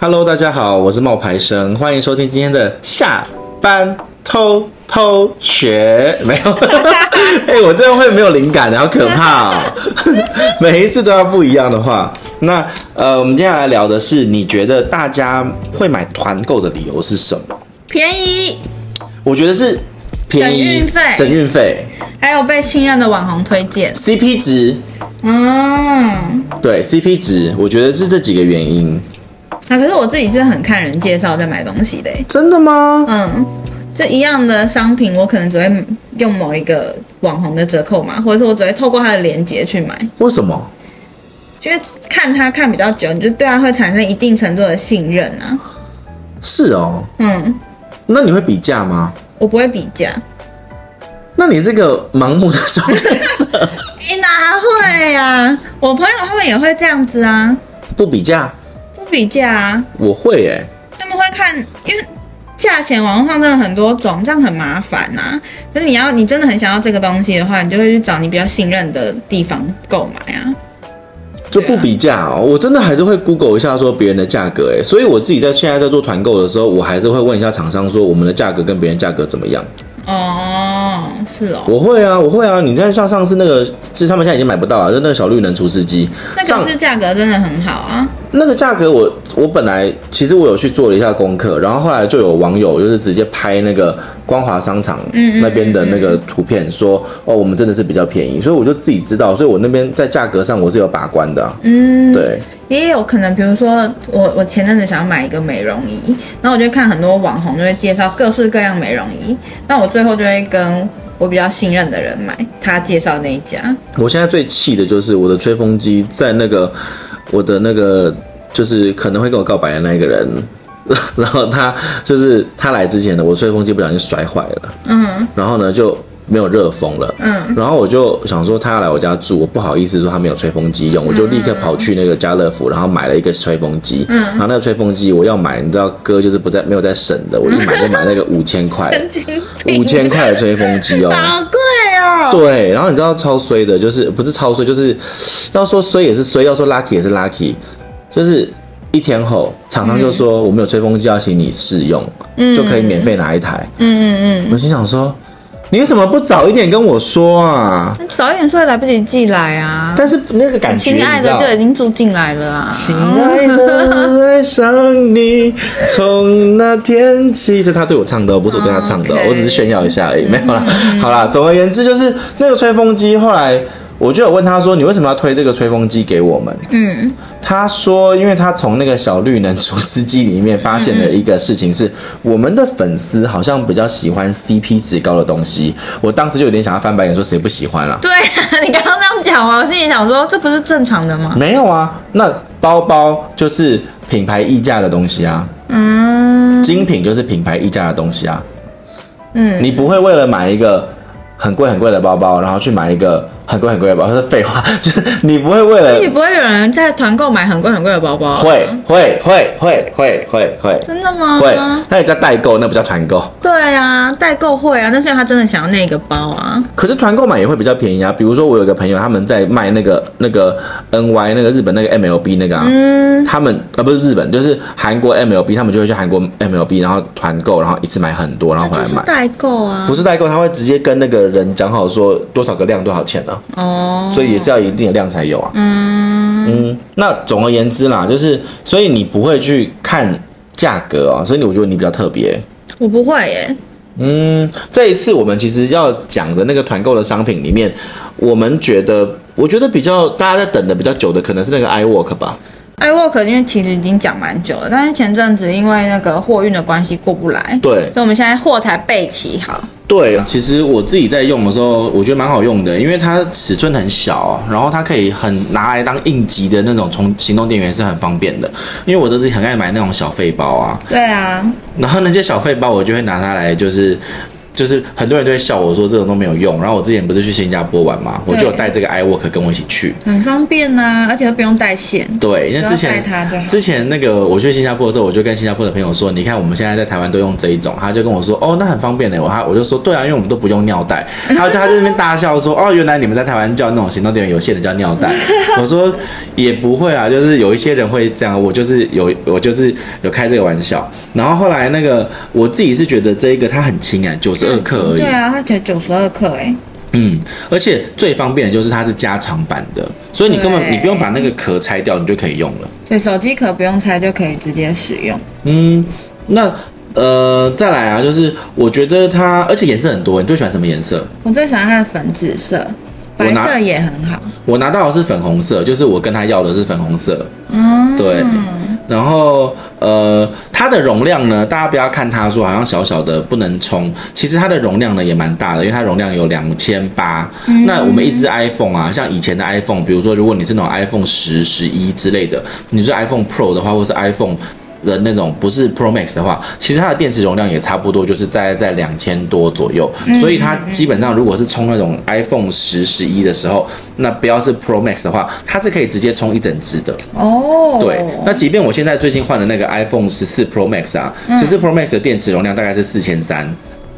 Hello，大家好，我是冒牌生，欢迎收听今天的下班偷偷学。没有， 哎、我这样会没有灵感的，好可怕 哦！每一次都要不一样的话。那呃，我们接下来聊的是，你觉得大家会买团购的理由是什么？便宜，我觉得是便宜、省运费省运费、还有被信任的网红推荐。 CP 值，嗯，对 CP 值，我觉得是这几个原因。啊，可是我自己是很看人介绍在买东西的欸、真的吗？嗯，就一样的商品，我可能只会用某一个网红的折扣码，或者是我只会透过他的链接去买，为什么？因为看他看比较久，你就对他会产生一定程度的信任啊。是哦，嗯，那你会比价吗？我不会比价。那你这个盲目的消费者哎、哪会啊？我朋友他们也会这样子啊，不比价，不比价啊，我会哎、他们会看，因为价钱网络上真的很多种，这样很麻烦呐、可是你要你真的很想要这个东西的话，你就会去找你比较信任的地方购买啊。就不比价哦。我真的还是会 Google 一下说别人的价格哎、所以我自己在现在在做团购的时候，我还是会问一下厂商说我们的价格跟别人价格怎么样。哦，是哦，我会啊，我会啊。你看像上次那个，其实他们现在已经买不到了，就那个小绿能除湿机，那上可是价格真的很好啊。那个价格我，我本来其实我有去做了一下功课，然后后来就有网友就是直接拍那个光华商场那边的那个图片说，哦，我们真的是比较便宜，所以我就自己知道，所以我那边在价格上我是有把关的啊、嗯，对，也有可能，比如说我我前阵子想要买一个美容仪，然后我就看很多网红就会介绍各式各样美容仪，那我最后就会跟我比较信任的人买他介绍那一家。我现在最气的就是我的吹风机在那个我的那个就是可能会跟我告白的那一个人。 然后他就是他来之前呢，我吹风机不小心摔坏了，嗯然后呢就没有热风了，嗯，然后我就想说他要来我家住，我不好意思说他没有吹风机用，我就立刻跑去那个家乐福，然后买了一个吹风机。嗯，然后那个吹风机我要买，你知道哥就是不在没有在省的，我就买就买那个五千 块，神经病，五千块的吹风机哦。好贵哦。对，然后你知道超衰的，就是不是超衰，就是要说衰也是衰，要说 lucky 也是 lucky，就是一天后厂商就说、我们有吹风机要请你试用，就可以免费拿一台。嗯嗯嗯我心想说，你为什么不早一点跟我说啊？嗯，早一点睡来不及寄来啊。但是那个感觉，亲你爱的知道就已经住进来了啊。亲爱的，爱上你，从那天起，这是他对我唱的哦，不是我对他唱 的哦， OK 嗯我只是炫耀一下而已，没有啦。好啦，总而言之就是那个吹风机，后来我就有问他说，你为什么要推这个吹风机给我们？嗯，他说，因为他从那个小绿能厨师机里面发现了一个事情是，我们的粉丝好像比较喜欢 CP 值高的东西。我当时就有点想要翻白眼说，谁不喜欢啦、 对啊，你刚刚这样讲完，我心里想说，这不是正常的吗？没有啊，那包包就是品牌溢价的东西啊，嗯，精品就是品牌溢价的东西啊。嗯，你不会为了买一个很贵很贵的包包，然后去买一个很贵很贵的包包，这是废话， 就是你不会为也了不会有人在团购买很贵很贵的包包啊、会会会会会会会真的吗？会，那也叫代购，那不叫团购。对啊，代购会啊，但是他真的想要那个包啊。可是团购买也会比较便宜啊，比如说我有一个朋友，他们在卖那个那个 N Y 那个日本那个 M L B 那个啊，嗯，他们啊不是日本，就是韩国 MLB，他们就会去韩国 MLB，然后团购，然后一次买很多，然后回就来是买。代购啊。不是代购，他会直接跟那个人讲好说多少个量多少钱呢、哦，所以也是要一定的量才有啊。嗯嗯，那总而言之啦，就是所以你不会去看价格啊、所以我觉得你比较特别。我不会耶。嗯，这一次我们其实要讲的那个团购的商品里面，我们觉得我觉得比较大家在等的比较久的可能是那个 iWork 吧。 iWork 因为其实已经讲蛮久了，但是前阵子因为那个货运的关系过不来，对所以我们现在货才备齐好。对，其实我自己在用的时候，我觉得蛮好用的，因为它尺寸很小，啊然后它可以很拿来当应急的那种从行动电源是很方便的。因为我自己很爱买那种小费包啊，对啊，然后那些小费包我就会拿它来就是就是很多人都会笑我说这种都没有用。然后我之前不是去新加坡玩嘛，我对就有带这个 iWork 跟我一起去。很方便呐、而且都不用带线。对，因为之前只要带它就好之前那个我去新加坡的时候，我就跟新加坡的朋友说，你看我们现在在台湾都用这一种，他就跟我说，哦，那很方便的。我他我就说，对啊，因为我们都不用尿袋。他就他在那边大笑说， 哦，原来你们在台湾叫那种行动电源有线的叫尿 袋。我说也不会啊，就是有一些人会这样，我就是有我就是有开这个玩笑。然后后来那个我自己是觉得这一个它很轻啊，九十二克而已对。啊，它才九十二克哎、嗯，而且最方便的就是它是加长版的，所以你根本对你不用把那个壳拆掉，你就可以用了。所以手机壳不用拆就可以直接使用。嗯，那呃，再来啊，就是我觉得它，而且颜色很多，你最喜欢什么颜色？我最喜欢它的粉紫色，我白拿色也很好。我拿到的是粉红色，就是我跟他要的是粉红色。嗯，对然后呃，它的容量呢，大家不要看它说好像小小的不能充，其实它的容量呢也蛮大的，因为它容量有两千八。那我们一只 iPhone 啊，像以前的 iPhone，比如说如果你是那种 iPhone 十、十一之类的，你是 iPhone Pro 的话，或是 iPhone。的那种不是 Pro Max 的话，其实它的电池容量也差不多，就是大概在两千多左右。所以它基本上如果是充那种 iPhone 十、十一的时候，那不要是 Pro Max 的话，它是可以直接充一整只的。哦，对，那即便我现在最近换的那个 iPhone 十四 Pro Max 啊，嗯十四 Pro Max 的电池容量大概是四千三。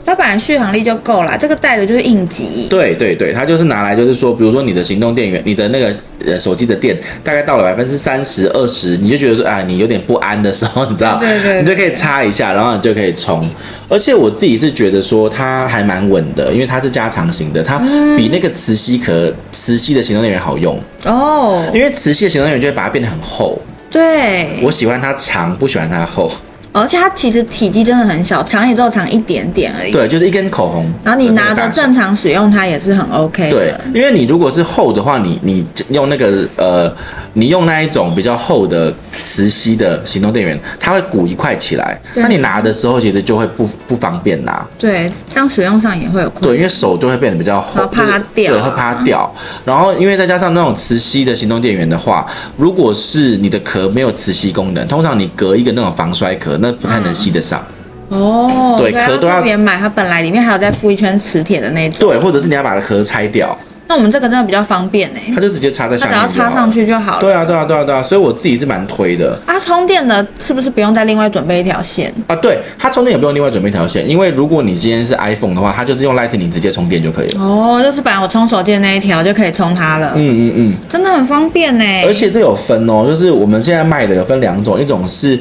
它本来续航力就够啦，这个带的就是应急。对对对，它就是拿来就是说，比如说你的行动电源，你的那个呃手机的电大概到了百分之三十、二十，你就觉得说啊，你有点不安的时候，你知道，对对对你就可以插一下，然后你就可以充。而且我自己是觉得说它还蛮稳的，因为它是加长型的，它嗯比那个磁吸壳、磁吸的行动电源好用，哦，因为磁吸的行动电源就会把它变得很厚。对，我喜欢它长，不喜欢它厚。而且它其实体积真的很小，长也就长一点点而已。对，就是一根口红。然后你拿着的正常使用它也是很 OK 对的。，因为你如果是厚的话，你你用那个呃，你用那一种比较厚的磁吸的行动电源，它会鼓一块起来，对那你拿的时候其实就会不不方便拿。对，这样使用上也会有困对，难。因为手就会变得比较然厚，后嗯怕它就是掉啊对，会怕它掉。然后，因为再加上那种磁吸的行动电源的话，如果是你的壳没有磁吸功能，通常你隔一个那种防摔壳，那不太能吸得上。啊哦，对壳要都要特别买，它本来里面还有再附一圈磁铁的那种。对，或者是你要把壳拆掉，那我们这个真的比较方便呢、它就直接插在下它只面就好要了。插上去就好了。对啊，对啊，对啊，对啊，所以我自己是蛮推的啊，充电的是不是不用再另外准备一条线？啊。对，它充电也不用另外准备一条线，因为如果你今天是 iPhone 的话，它就是用 Lightning 直接充电就可以了。哦，就是本来我充手机的那一条就可以充它了，嗯嗯嗯，真的很方便呢。而且这有分哦，就是我们现在卖的有分两种，一种是。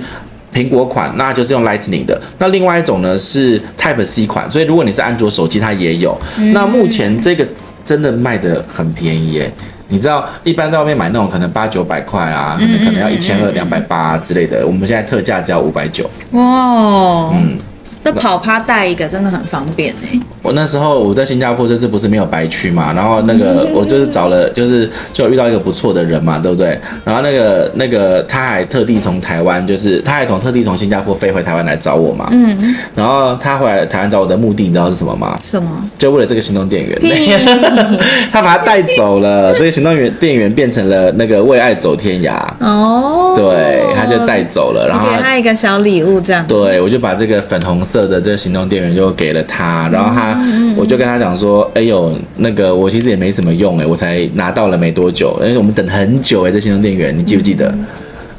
苹果款，那就是用 Lightning 的；那另外一种呢是 Type C 款，所以如果你是安卓手机，它也有。那目前这个真的卖的很便宜耶，你知道，一般在外面买那种可能八九百块啊，可能可能要一千二、两百八之类的，我们现在特价只要五百九。哇，嗯，这跑趴带一个真的很方便哎。我那时候我在新加坡这次不是没有白去嘛，然后那 个我就是找了，就是就遇到一个不错的人嘛，对不对？然后那个那个他还特地从台湾，就是他还从特地从新加坡飞回台湾来找我嘛。嗯，然后他回来台湾找我的目的，你知道是什么吗？什么？就为了这个行动电源，屁 他把它带走了。这个行动源电源变成了那个为爱走天涯，哦，对，他就带走了。然后你给他一个小礼物这样。对，我就把这个粉红色的这个行动电源就给了他，然后他，我就跟他讲说，哎呦，那个我其实也没什么用哎，我才拿到了没多久，哎，我们等很久哎，这行动电源你记不记得？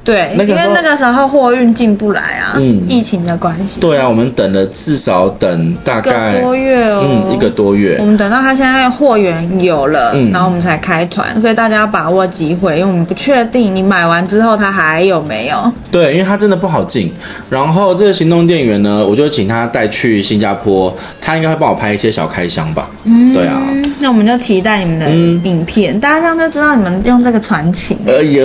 对，那个因时为候那个时候货运进不来啊，嗯疫情的关系，对啊，我们等了至少等大一个概多月哦，嗯一个。多月我，们等到他现在货源有了，嗯然后我们才开团，所以大家要把握机会，因为我们不确定你买完之后它还有没有。对，因为它真的不好进。然后这个行动电源呢，我就请他带去新加坡，他应该会帮我拍一些小开箱吧？对啊，嗯嗯，那我们就期待你们的影片，大家这样就知道你们用这个传情。哎呦，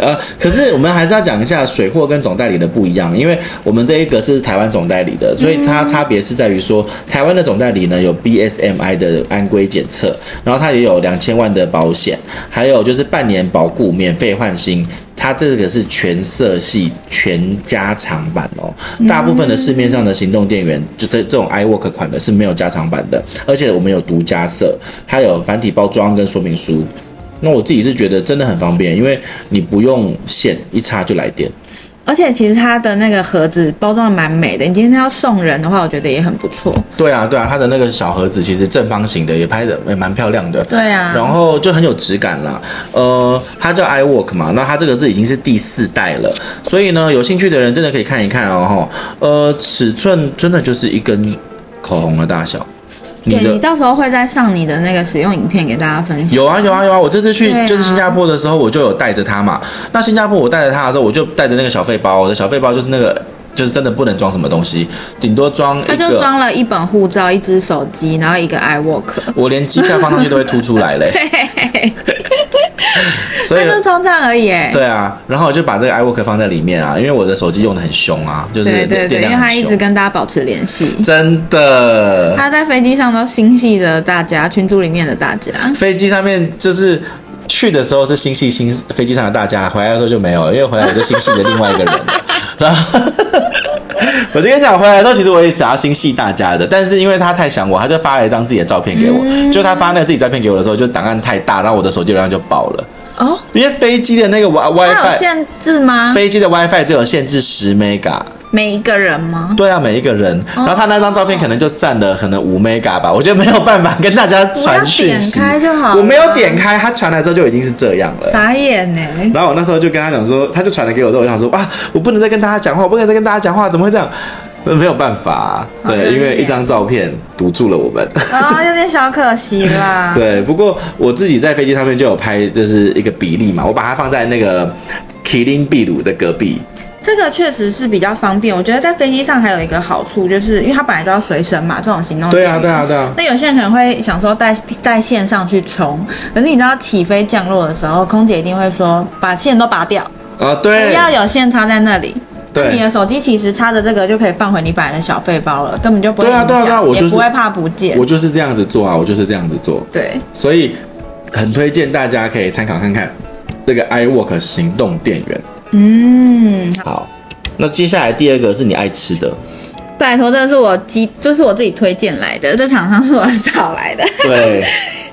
呃，可是我们还是要讲一下水货跟总代理的不一样，因为我们这一个是台湾总代理的，所以它差别是在于说，台湾的总代理呢有 BSMI 的安规检测，然后它也有两千万的保险，还有就是半年保固免费换新。它这个是全色系全加长版哦，大部分的市面上的行动电源，就这这种 iWork 款的是没有加长版的，而且我们有独家色，它有繁体包装跟说明书，那我自己是觉得真的很方便，因为你不用线，一插就来电。而且其实它的那个盒子包装得蛮美的，你今天要送人的话，我觉得也很不错。对啊，对啊，它的那个小盒子其实正方形的，也拍的也蛮漂亮的。对啊然后就很有质感啦。呃，它叫 iWork 嘛，那它这个是已经是第四代了，所以呢，有兴趣的人真的可以看一看哦。吼，呃，尺寸真的就是一根口红的大小。你对，的你到时候会再上你的那个使用影片给大家分享。有啊有啊有啊！我这次去对啊就是新加坡的时候，我就有带着它嘛。那新加坡我带着它的时候，我就带着那个小费包，我的小费包就是那个就是真的不能装什么东西，顶多装一他就个，装了一本护照、一只手机，然后一个 iWork。我连鸡蛋放上去都会凸出来嘞。 对，所他以就装这样而已耶。对啊，然后我就把这个 iWork 放在里面啊，因为我的手机用的很凶啊，就是对电对对，因量为他很一直凶。跟大家保持联系。真的，他在飞机上都心系着大家，群组里面的大家。 飞机上面就是去的时候是心系心飞机上的大家，回来的时候就没有了，因为回来我就心系着另外一个人了。然后 我就跟你讲，回来的时候其实我也想要心系大家的，但是因为他太想我，他就发了一张自己的照片给我。嗯就他发那个自己照片给我的时候，就档案太大，然后我的手机流量就爆了，哦，因为飞机的那个 Wi 他有 WiFi。限制吗？飞机的 WiFi 只有限制十 mega，每一个人吗？对啊，每一个人。然后他那张照片可能就占了可能五 mega 吧，我就没有办法跟大家传讯息。不要点开就好了我没有点开，他传来之后就已经是这样了。傻眼欸呢、 然后我那时候就跟他讲说，他就传了给我之后，我想说啊，我不能再跟大家讲话，我不能再跟大家讲话，怎么会这样？呃 没有办法、好有对，一因为点一张照片堵住了我们。啊、有点小可惜 啦。对，不过我自己在飞机上面就有拍，就是一个比例嘛，我把它放在那个麒麟秘鲁的隔壁。这个确实是比较方便。我觉得在飞机上还有一个好处，就是因为它本来就要随身嘛，这种行动对啊，电源对啊，对啊。那有些人可能会想说带带线上去充，可是你知道起飞降落的时候，空姐一定会说把线都拔掉，啊，不对，要有线插在那里。对那你的手机其实插着这个就可以放回你本来的小背包了，根本就不会对啊影响，对啊对啊我也就是不会怕不见我。就是这样子做啊，我就是这样子做，对，所以很推荐大家可以参考看看这个 iWork 行动电源。嗯，好，那接下来第二个是你爱吃 的，拜托，这是我机，这是我自己推荐来的，这厂商是我找来的， 对，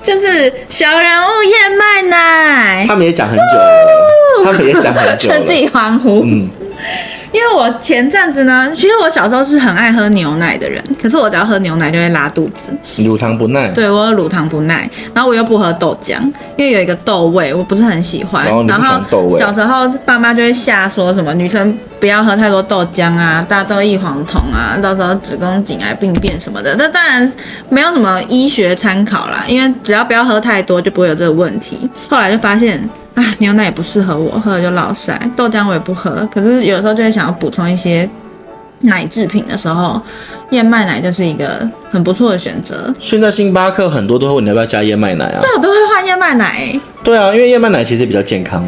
就是小人物燕麦奶，他们也讲很久 了，他们也讲很久自了。己欢呼。嗯， 因为我前阵子呢，其实我小时候是很爱喝牛奶的人，可是我只要喝牛奶就会拉肚子，乳糖不耐，对我有乳糖不耐，然后我又不喝豆浆，因为有一个豆味，我不是很喜欢。然后你不喜欢豆味小时候爸妈就会下说什么女生不要喝太多豆浆啊，大豆异黄酮啊，到时候子宫颈癌病变什么的。那当然没有什么医学参考啦，因为只要不要喝太多就不会有这个问题。后来就发现。啊，牛奶也不适合我，喝了就落腮。豆浆我也不喝，可是有时候就会想要补充一些奶制品的时候，燕麦奶就是一个很不错的选择。现在星巴克很多都会问你要不要加燕麦奶啊？对，我都会换燕麦奶欸。对啊，因为燕麦奶其实比较健康。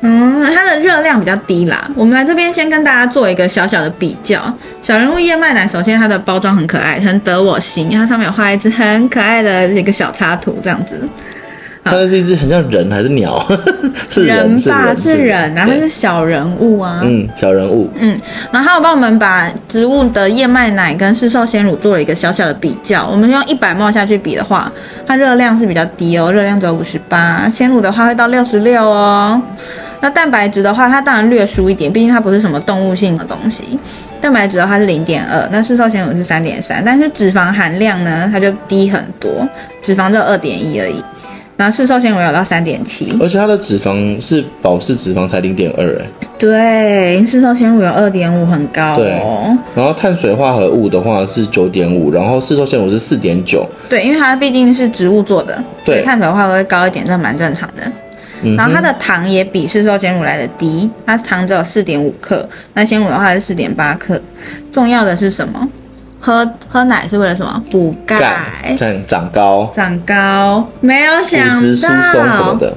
嗯，它的热量比较低啦。我们来这边先跟大家做一个小小的比较。小人物燕麦奶，首先它的包装很可爱，很得我心，因为它上面有画一只很可爱的一个小插图，这样子。它是一只很像人还是鸟？ 是人，是吧，人，是人啊，它是对小人物啊。嗯，小人物。嗯，然后还有帮我们把植物的燕麦奶跟市售鲜乳做了一个小小的比较。我们用一百毫下去比的话，它热量是比较低哦，热量只有五十八，鲜乳的话会到六十六哦。那蛋白质的话，它当然略输一点，毕竟它不是什么动物性的东西。蛋白质的话是零点二，那市售鲜乳是三点三，但是脂肪含量呢，它就低很多，脂肪只有二点一而已。然后市售鲜乳有到三点七，而且它的脂肪是饱式脂肪才零点二，哎，对，市售鲜乳有二点五，很高哦。然后碳水化合物的话是九点五，然后市售鲜乳是四点九，对，因为它毕竟是植物做的，对所以碳水化合物会高一点，这蛮正常的。嗯然后它的糖也比市售鲜乳来的低，它糖只有四点五克，那鲜乳的话是四点八克。重要的是什么？喝喝奶是为了什么？补钙、长长高，长高。没有骨想质疏松什么到，的，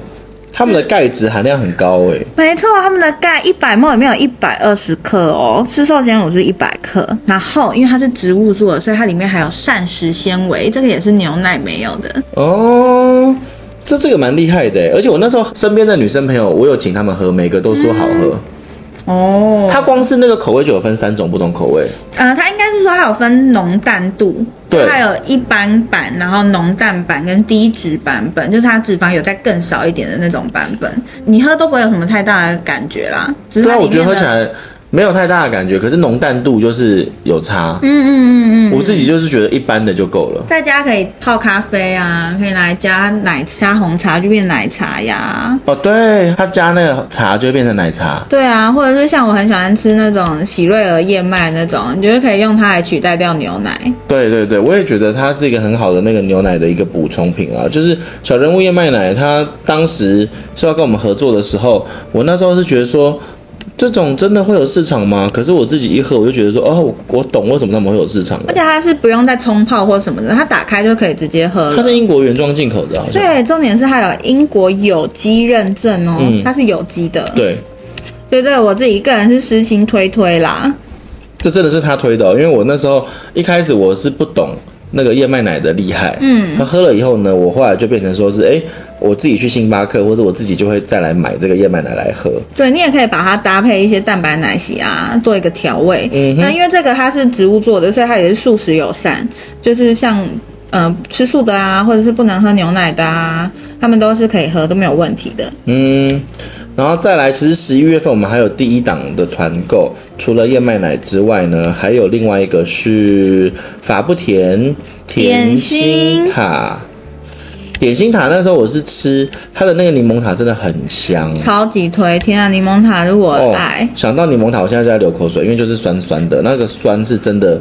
它们的钙质含量很高哎、没错，他们的钙一百毫里面有一百二十克哦，市售鲜乳是一百克。然后因为它是植物做的，所以它里面还有膳食纤维，这个也是牛奶没有的。哦，这这个蛮厉害的欸，而且我那时候身边的女生朋友，我有请她们喝，每个都说好喝。嗯哦，它光是那个口味就有分三种不同口味，呃，它应该是说它有分浓淡度，对它有一般版，然后浓淡版跟低脂版本，就是它脂肪有再更少一点的那种版本，你喝都不会有什么太大的感觉啦。只是对它啊，里我觉得面喝起的来没有太大的感觉，可是浓淡度就是有差。嗯嗯嗯嗯，我自己就是觉得一般的就够了。在家可以泡咖啡啊，可以来加奶加红茶就变奶茶呀。哦，对，它加那个茶就会变成奶茶。对啊，或者是像我很喜欢吃那种喜瑞尔燕麦那种，你就是可以用它来取代掉牛奶。对对对，我也觉得它是一个很好的那个牛奶的一个补充品啊。就是小人物燕麦奶，它当时是要跟我们合作的时候，我那时候是觉得说，这种真的会有市场吗？可是我自己一喝，我就觉得说，哦，我我懂为什么他们会有市场啊而了。且它是不用再冲泡或什么的，它打开就可以直接喝它了。是英国原装进口的，好像。嗯对，重点是它有英国有机认证哦，嗯它是有机的。对，对对，我自己个人是私心推推啦。这真的是他推的哦、因为我那时候一开始我是不懂那个燕麦奶的厉害，嗯，他喝了以后呢，我后来就变成说是，哎，我自己去星巴克或者我自己就会再来买这个燕麦奶来喝，对你也可以把它搭配一些蛋白奶昔啊，做一个调味。嗯哼那因为这个它是植物做的，所以它也是素食友善，就是像呃吃素的啊，或者是不能喝牛奶的啊，他们都是可以喝，都没有问题的。嗯，然后再来，其实十一月份我们还有第一档的团购，除了燕麦奶之外呢，还有另外一个是法布甜点甜心心塔。点心塔那时候我是吃它的那个柠檬塔，真的很香。超级推，天啊，柠檬塔是我的爱，哦想到柠檬塔，我现在就在流口水，因为就是酸酸的，那个酸是真的，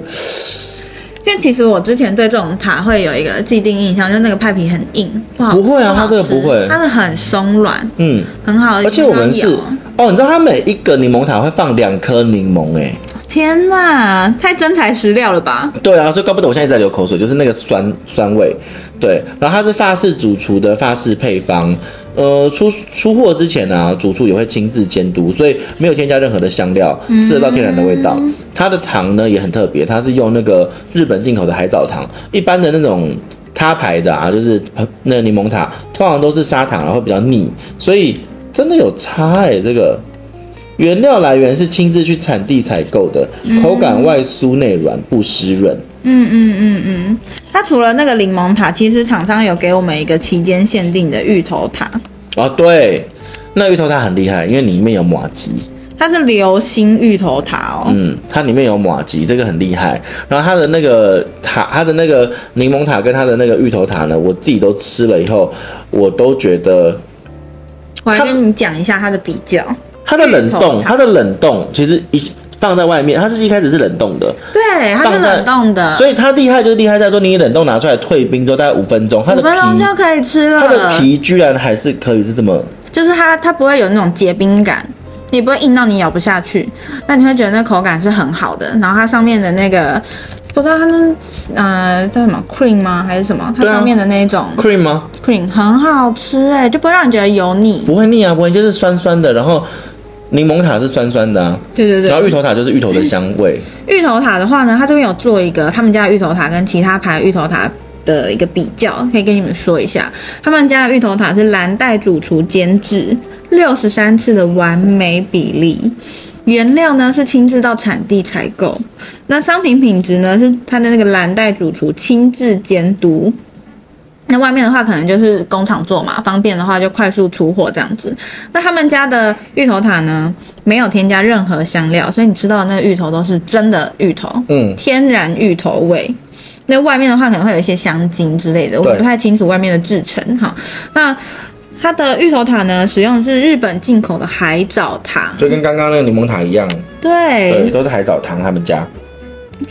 因为其实我之前对这种塔会有一个既定印象，就是那个派皮很硬，不好不会啊好它这个吃不会它是很松软，嗯。很好，而且我们是很好哦，你知道它每一个柠檬塔会放两颗柠檬、欸，咬天哪，太真材实料了吧？对啊，所以怪不得我现在一直在流口水，就是那个酸酸味。对，然后它是法式主厨的法式配方，呃，出出货之前啊，主厨也会亲自监督，所以没有添加任何的香料，吃得到天然的味道。它的糖呢也很特别，它是用那个日本进口的海藻糖，一般的那种。他牌的啊，就是那柠檬塔，通常都是砂糖，然后比较腻，所以真的有差哎、这个原料来源是亲自去产地采购的，口感外酥内软，不湿润。嗯嗯嗯嗯，它除了那个柠檬塔，其实厂商有给我们一个期间限定的芋头塔，哦，对，那芋头它很厉害，因为里面有马吉，它是流心芋头塔哦。嗯，它里面有马吉，这个很厉害。然后它的那个塔，它的那个柠檬塔跟它的那个芋头塔呢，我自己都吃了以后，我都觉得我来跟你讲一下它的比较。它的冷芋头冻，塔它的冷冻其实一放在外面，它是一开始是冷冻的，对，它是放在冷冻的，所以它厉害就是厉害在说，你冷冻拿出来退冰之后，大概五分钟，它的啊五分钟皮，就可以吃了。它的皮居然还是可以是这么就是它，它不会有那种结冰感，也不会硬到你咬不下去，那你会觉得那口感是很好的。然后它上面的那个，不知道它那呃叫什么 cream 吗还是什么？它对啊上面的那种 cream 吗？ cream 很好吃哎、就不会让你觉得油腻。不会腻啊，不会，就是酸酸的，然后柠檬塔是酸酸的、啊，对对对，然后芋头塔就是芋头的香味。芋头塔的话呢，它这边有做一个他们家的芋头塔跟其他牌的芋头塔的一个比较，可以跟你们说一下。他们家的芋头塔是蓝带主厨监制，六十三次的完美比例。原料呢是亲自到产地采购，那商品品质呢是它的那个蓝带主厨亲自监督。那外面的话可能就是工厂做嘛，方便的话就快速出货这样子。那他们家的芋头塔呢，没有添加任何香料，所以你吃到的那个芋头都是真的芋头，嗯，天然芋头味。那外面的话可能会有一些香精之类的，我对不太清楚外面的制成哈。那它的芋头塔呢，使用的是日本进口的海藻糖，就跟刚刚那个柠檬塔一样，对，对，都是海藻糖他们家。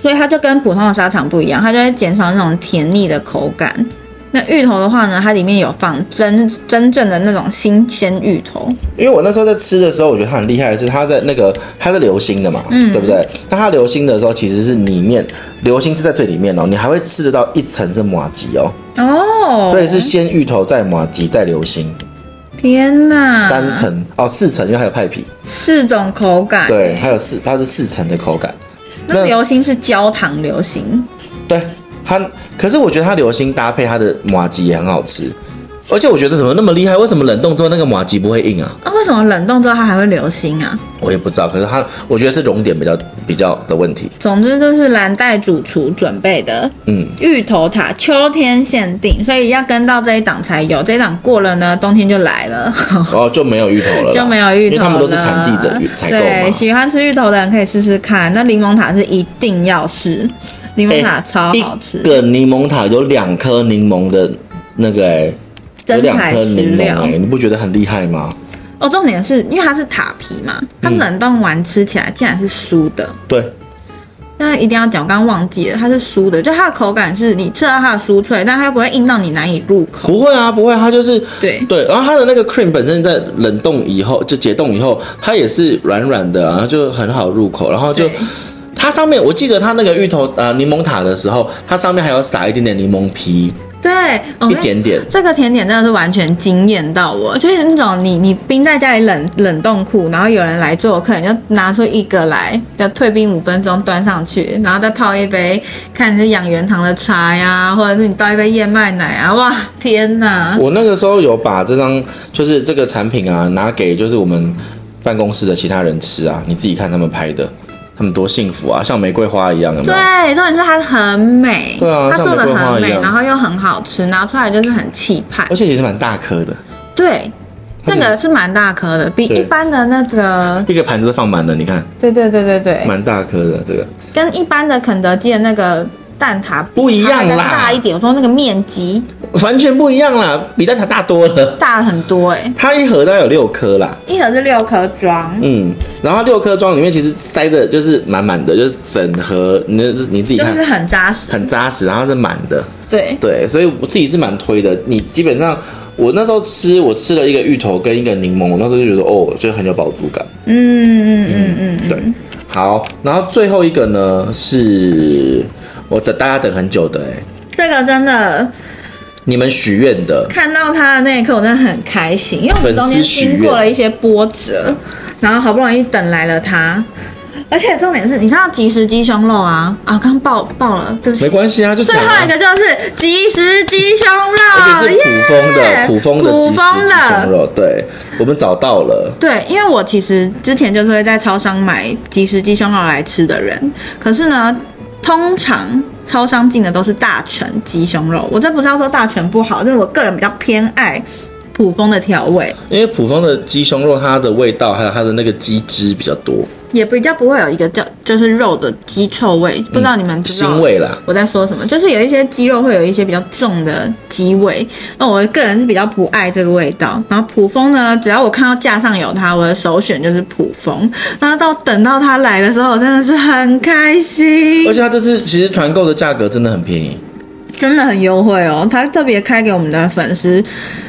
所以它就跟普通的砂糖不一样，它就会减少那种甜腻的口感。那芋头的话呢，它里面有放真真正的那种新鲜芋头，因为我那时候在吃的时候，我觉得它很厉害的是，它在那个它是流心的嘛，嗯，对不对？那它流心的时候，其实是里面流心是在最里面哦，你还会吃得到一层是马吉哦，哦，所以是先芋头再马吉再流心，天哪，三层哦四层，因为还有派皮，四种口感，对，还有四它是四层的口感。哎那流心是焦糖流心，对它，可是我觉得它流心搭配它的麻吉也很好吃，而且我觉得怎么那么厉害？为什么冷冻之后那个马吉不会硬啊？啊，为什么冷冻之后它还会流星啊？我也不知道，可是它我觉得是熔点比较比较的问题。总之就是蓝带主厨准备的嗯，芋头塔秋天限定，所以要跟到这一档才有。这一档过了呢，冬天就来了，然哦后就没有芋头了啦，就没有芋头因了。为他们都是产地的芋采购对，嘛。喜欢吃芋头的人可以试试看。那柠檬塔是一定要试，柠檬塔超好吃哎一，个柠檬塔有两颗柠檬的那个、欸，有真两材颗实柠檬料哎、。你不觉得很厉害吗？哦，重点是因为它是塔皮嘛，它嗯冷冻完吃起来竟然是酥的。对，那一定要讲，我刚刚忘记了，它是酥的，就它的口感是你吃到它的酥脆，但它又不会硬到你难以入口。不会啊，不会，它就是对对，然后它的那个 cream 本身在冷冻以后，就解冻以后，它也是软软的、啊，然后就很好入口，然后就对。它上面，我记得它那个芋头呃柠檬塔的时候，它上面还有撒一点点柠檬皮，对，我跟一你点点。这个甜点真的是完全惊艳到我，就是那种你你冰在家里冷冷冻库，然后有人来做客，你就拿出一个来，要退冰五分钟端上去，然后再泡一杯，看你是养元堂的茶呀，或者是你倒一杯燕麦奶啊，哇，天哪！我那个时候有把这张就是这个产品啊拿给就是我们办公室的其他人吃啊，你自己看他们拍的，他们多幸福啊，像玫瑰花一样，有没有？对，重点是它很美，对啊它做的像玫瑰花很一美，样然后又很好吃，拿出来就是很气派而。且其实蛮大颗的，对，它那是个是蛮大颗的，比对一般的那个，一个盘子都放满了，你看对对对对对，蛮大颗的这个。跟一般的肯德基的那个蛋挞比不一样啦它还更大一点。我说那个面积完全不一样啦，比蛋挞大多了。大很多哎、它一盒大概有六颗啦，一盒是六颗装，嗯，然后六颗装里面其实塞的就是满满的，就是整盒，你你自己就看是很扎实。很扎实，然后是满的，对，对，所以我自己是蛮推的。你基本上我那时候吃，我吃了一个芋头跟一个柠檬，我那时候就觉得哦，就很有饱足感，嗯嗯嗯嗯，对，好，然后最后一个呢是我等大家等很久的哎、这个真的你们许愿的，看到它的那一刻，我真的很开心，因为我们中间经过了一些波折，然后好不容易等来了它。而且重点是，你知道即食鸡胸肉啊啊，刚爆爆了，对不没起。关系啊，就最抢啊后一个就是即食鸡胸而肉，且是普风的、耶普风的即普食风鸡的胸，肉，对我们找到了。对，因为我其实之前就是会在超商买即食鸡胸肉来吃的人，可是呢，通常超商进的都是大成鸡胸肉。我这不是要说大成不好，但是我个人比较偏爱普丰的调味，因为普通的鸡胸肉，它的味道还有它的那个鸡汁比较多，也比较不会有一个叫就是肉的鸡臭味。不知道你们知道腥味啦。我在说什么？就是有一些鸡肉会有一些比较重的鸡味，那我个人是比较不爱这个味道。然后普丰呢，只要我看到架上有它，我的首选就是普丰。然后到等到它来的时候，我真的是很开而心，且它这次其实团购的价格真的很便宜，真的很优惠哦。它特别开给我们的粉丝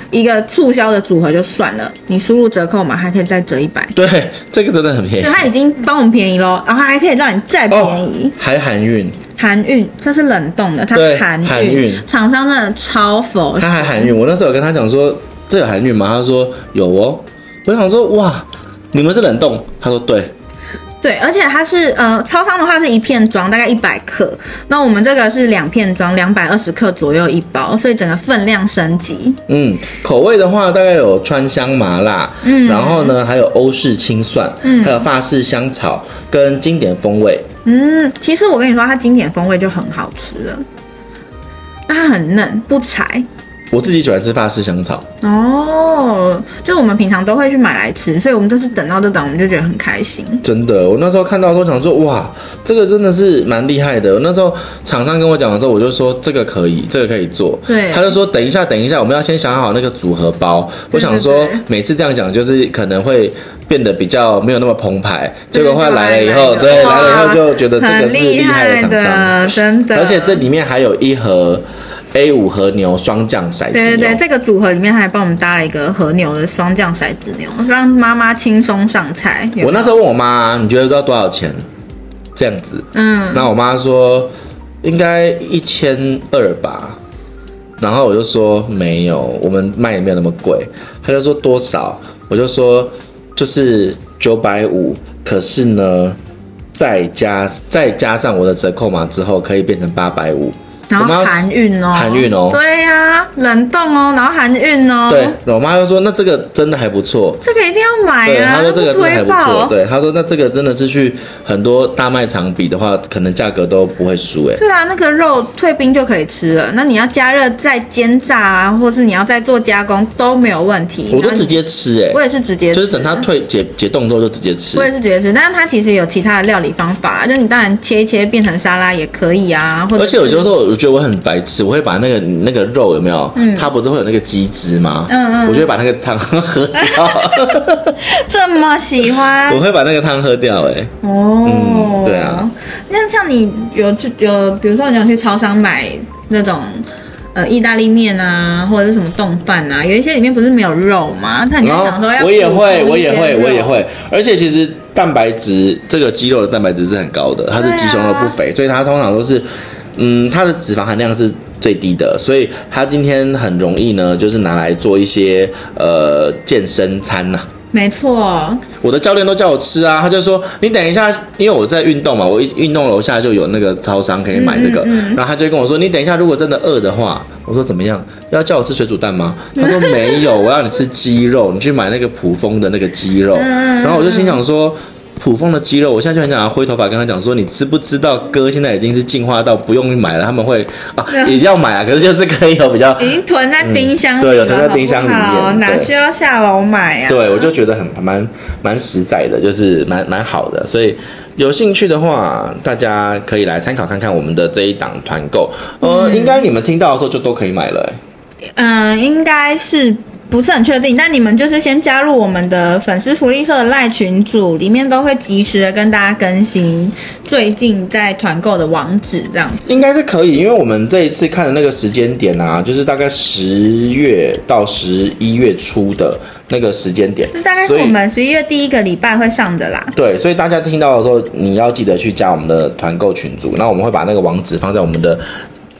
一个促销的组合就算了，你输入折扣码还可以再折一百，对，这个真的很便就宜它已经帮我们便宜喽，然后还可以让你再便宜。哦，还含运，韩运，这是冷冻的，它对韩韩运运，厂商真的超佛它心。还含运。我那时候有跟他讲说，这有含运吗？他说有哦。我想说哇，你们是冷冻？他说对，对，而且它是呃，超商的话是一片装，大概一百克，那我们这个是两片装，两百二十克左右一包，所以整个分量升级。嗯，口味的话大概有川香麻辣，嗯，然后呢还有欧式青蒜，嗯，还有法式香草跟经典风味，嗯，其实我跟你说，它经典风味就很好吃了，那它很嫩不柴我自己喜欢吃法式香草，哦，就我们平常都会去买来吃，所以我们这次等到这档，我们就觉得很开心。真的。我那时候看到都想说，哇，这个真的是蛮厉害的。我那时候厂商跟我讲的时候，我就说这个可以，这个可以做。对他就说等一下，等一下，我们要先想好那个组合包。我对想说对对每次这样讲，就是可能会变得比较没有那么澎湃。结对果后来就来了以来后，了对，来哇了以后就觉得这个很是厉害的厂商，的，真的。而且这里面还有一盒 A 五和牛双酱骰子牛。哦对对对，这个组合里面还帮我们搭了一个和牛的双酱骰子牛，让妈妈轻松上菜。有我那时候问我妈，你觉得要多少钱？这样子，嗯，那我妈说应该一千二吧，然后我就说没有，我们卖也没有那么贵。她就说多少，我就说就是九百五，可是呢，再加再加上我的折扣码之后，可以变成八百五。然我们后要含运哦，含运哦对呀、冷冻哦，然后含运哦，对，我妈就说那这个真的还不错，这个一定要买对，啊，他说这个真的还推不错。爆，对，他说那这个真的是去很多大卖场比的话，可能价格都不会输哎、对啊，那个肉退冰就可以吃了，那你要加热再煎炸啊，或是你要再做加工都没有问题。我都然后直接吃哎、我也是直接吃，啊就是等它退解解冻之后就直接吃我。也是直接吃，但是它其实有其他的料理方法，就你当然切一切变成沙拉也可以啊，或者而且有是 时候我觉得我很白痴，我会把那个那个肉有没有？它不是会有那个鸡汁吗？嗯我嗯就会把那个汤喝 掉，这么喜欢我会把那个汤喝掉哎、哦、嗯对啊。那像你有去有，比如说你有去超商买那种呃意大利面啊，或者是什么冻饭啊，有一些里面不是没有肉吗？那你就然想后说要我也会，补充我一些也会，肉我也。会。而且其实蛋白质，这个鸡肉的蛋白质是很高的，它是对啊鸡胸肉不肥，所以它通常都是，嗯，它的脂肪含量是最低的，所以它今天很容易呢，就是拿来做一些呃健身餐啊呐、没错，我的教练都叫我吃啊，他就说你等一下，因为我在运动嘛，我一运动楼下就有那个超商可以买这个，然后他就会跟我说你等一下，如果真的饿的话，我说怎么样，要叫我吃水煮蛋吗？他说没有，我要你吃鸡肉，你去买那个普丰的那个鸡肉，然后我就心想说。普丰的鸡肉，我现在就很想要灰头发跟他讲说，你知不知道哥现在已经是进化到不用买了，他们会啊也要买啊，可是就是可以有比较已经囤在冰嗯箱里了、对有囤在冰箱里面好不好对哪需要下楼买啊？对，我就觉得很蛮蛮实在的，就是蛮蛮好的，所以有兴趣的话，大家可以来参考看看我们的这一档团购。呃，应该你们听到的时候就都可以买了、欸嗯，应该是不是很确定。但你们就是先加入我们的粉丝福利社的赖群组，里面都会及时的跟大家更新最近在团购的网址，这样子。应该是可以，因为我们这一次看的那个时间点啊，就是大概十月到十一月初的那个时间点这，大概是所以我们十一月第一个礼拜会上的啦。对，所以大家听到的时候，你要记得去加我们的团购群组。那我们会把那个网址放在我们的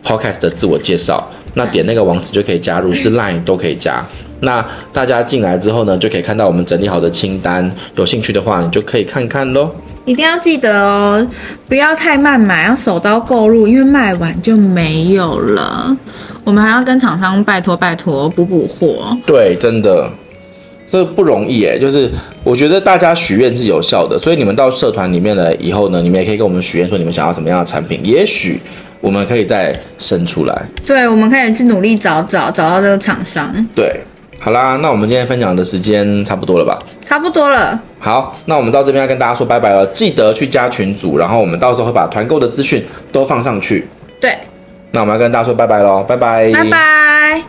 podcast 的自我介绍，那点那个网址就可以加入，是 Line 都可以加。那大家进来之后呢，就可以看到我们整理好的清单。有兴趣的话，你就可以看看喽。一定要记得哦，不要太慢买，要手刀购入，因为卖完就没有了。我们还要跟厂商拜托拜托补补货。对，真的，这不容易诶。就是我觉得大家许愿是有效的，所以你们到社团里面来以后呢，你们也可以跟我们许愿，说你们想要什么样的产品，也许我们可以再生出来。对，我们可以去努力找找找到这个厂商，对，好啦，那我们今天分享的时间差不多了吧？差不多了。好，那我们到这边要跟大家说拜拜了，记得去加群组，然后我们到时候会把团购的资讯都放上去。对，那我们要跟大家说拜拜喽，拜拜，拜拜。